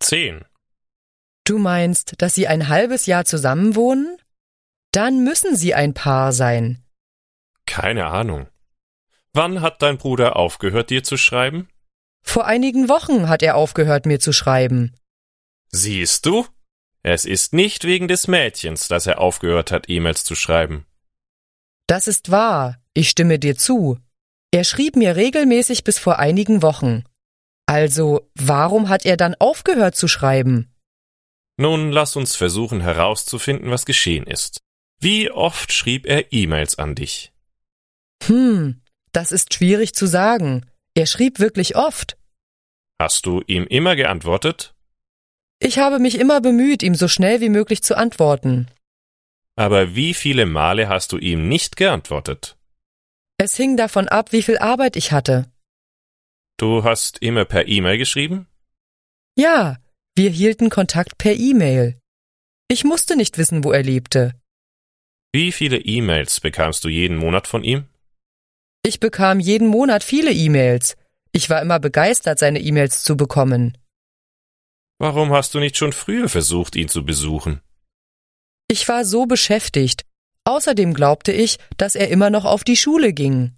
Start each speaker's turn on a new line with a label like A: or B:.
A: Zehn.
B: Du meinst, dass sie ein halbes Jahr zusammenwohnen? Dann müssen sie ein Paar sein.
A: Keine Ahnung. Wann hat dein Bruder aufgehört, dir zu schreiben?
B: Vor einigen Wochen hat er aufgehört, mir zu schreiben.
A: Siehst du? Es ist nicht wegen des Mädchens, dass er aufgehört hat, E-Mails zu schreiben.
B: Das ist wahr. Ich stimme dir zu. Er schrieb mir regelmäßig bis vor einigen Wochen. Also, warum hat er dann aufgehört zu schreiben?
A: Nun lass uns versuchen herauszufinden, was geschehen ist. Wie oft schrieb er E-Mails an dich?
B: Hm, das ist schwierig zu sagen. Er schrieb wirklich oft.
A: Hast du ihm immer geantwortet?
B: Ich habe mich immer bemüht, ihm so schnell wie möglich zu antworten.
A: Aber wie viele Male hast du ihm nicht geantwortet?
B: Es hing davon ab, wie viel Arbeit ich hatte.
A: Du hast immer per E-Mail geschrieben?
B: Ja, wir hielten Kontakt per E-Mail. Ich musste nicht wissen, wo er lebte.
A: Wie viele E-Mails bekamst du jeden Monat von ihm?
B: Ich bekam jeden Monat viele E-Mails. Ich war immer begeistert, seine E-Mails zu bekommen.
A: Warum hast du nicht schon früher versucht, ihn zu besuchen?
B: Ich war so beschäftigt. Außerdem glaubte ich, dass er immer noch auf die Schule ging.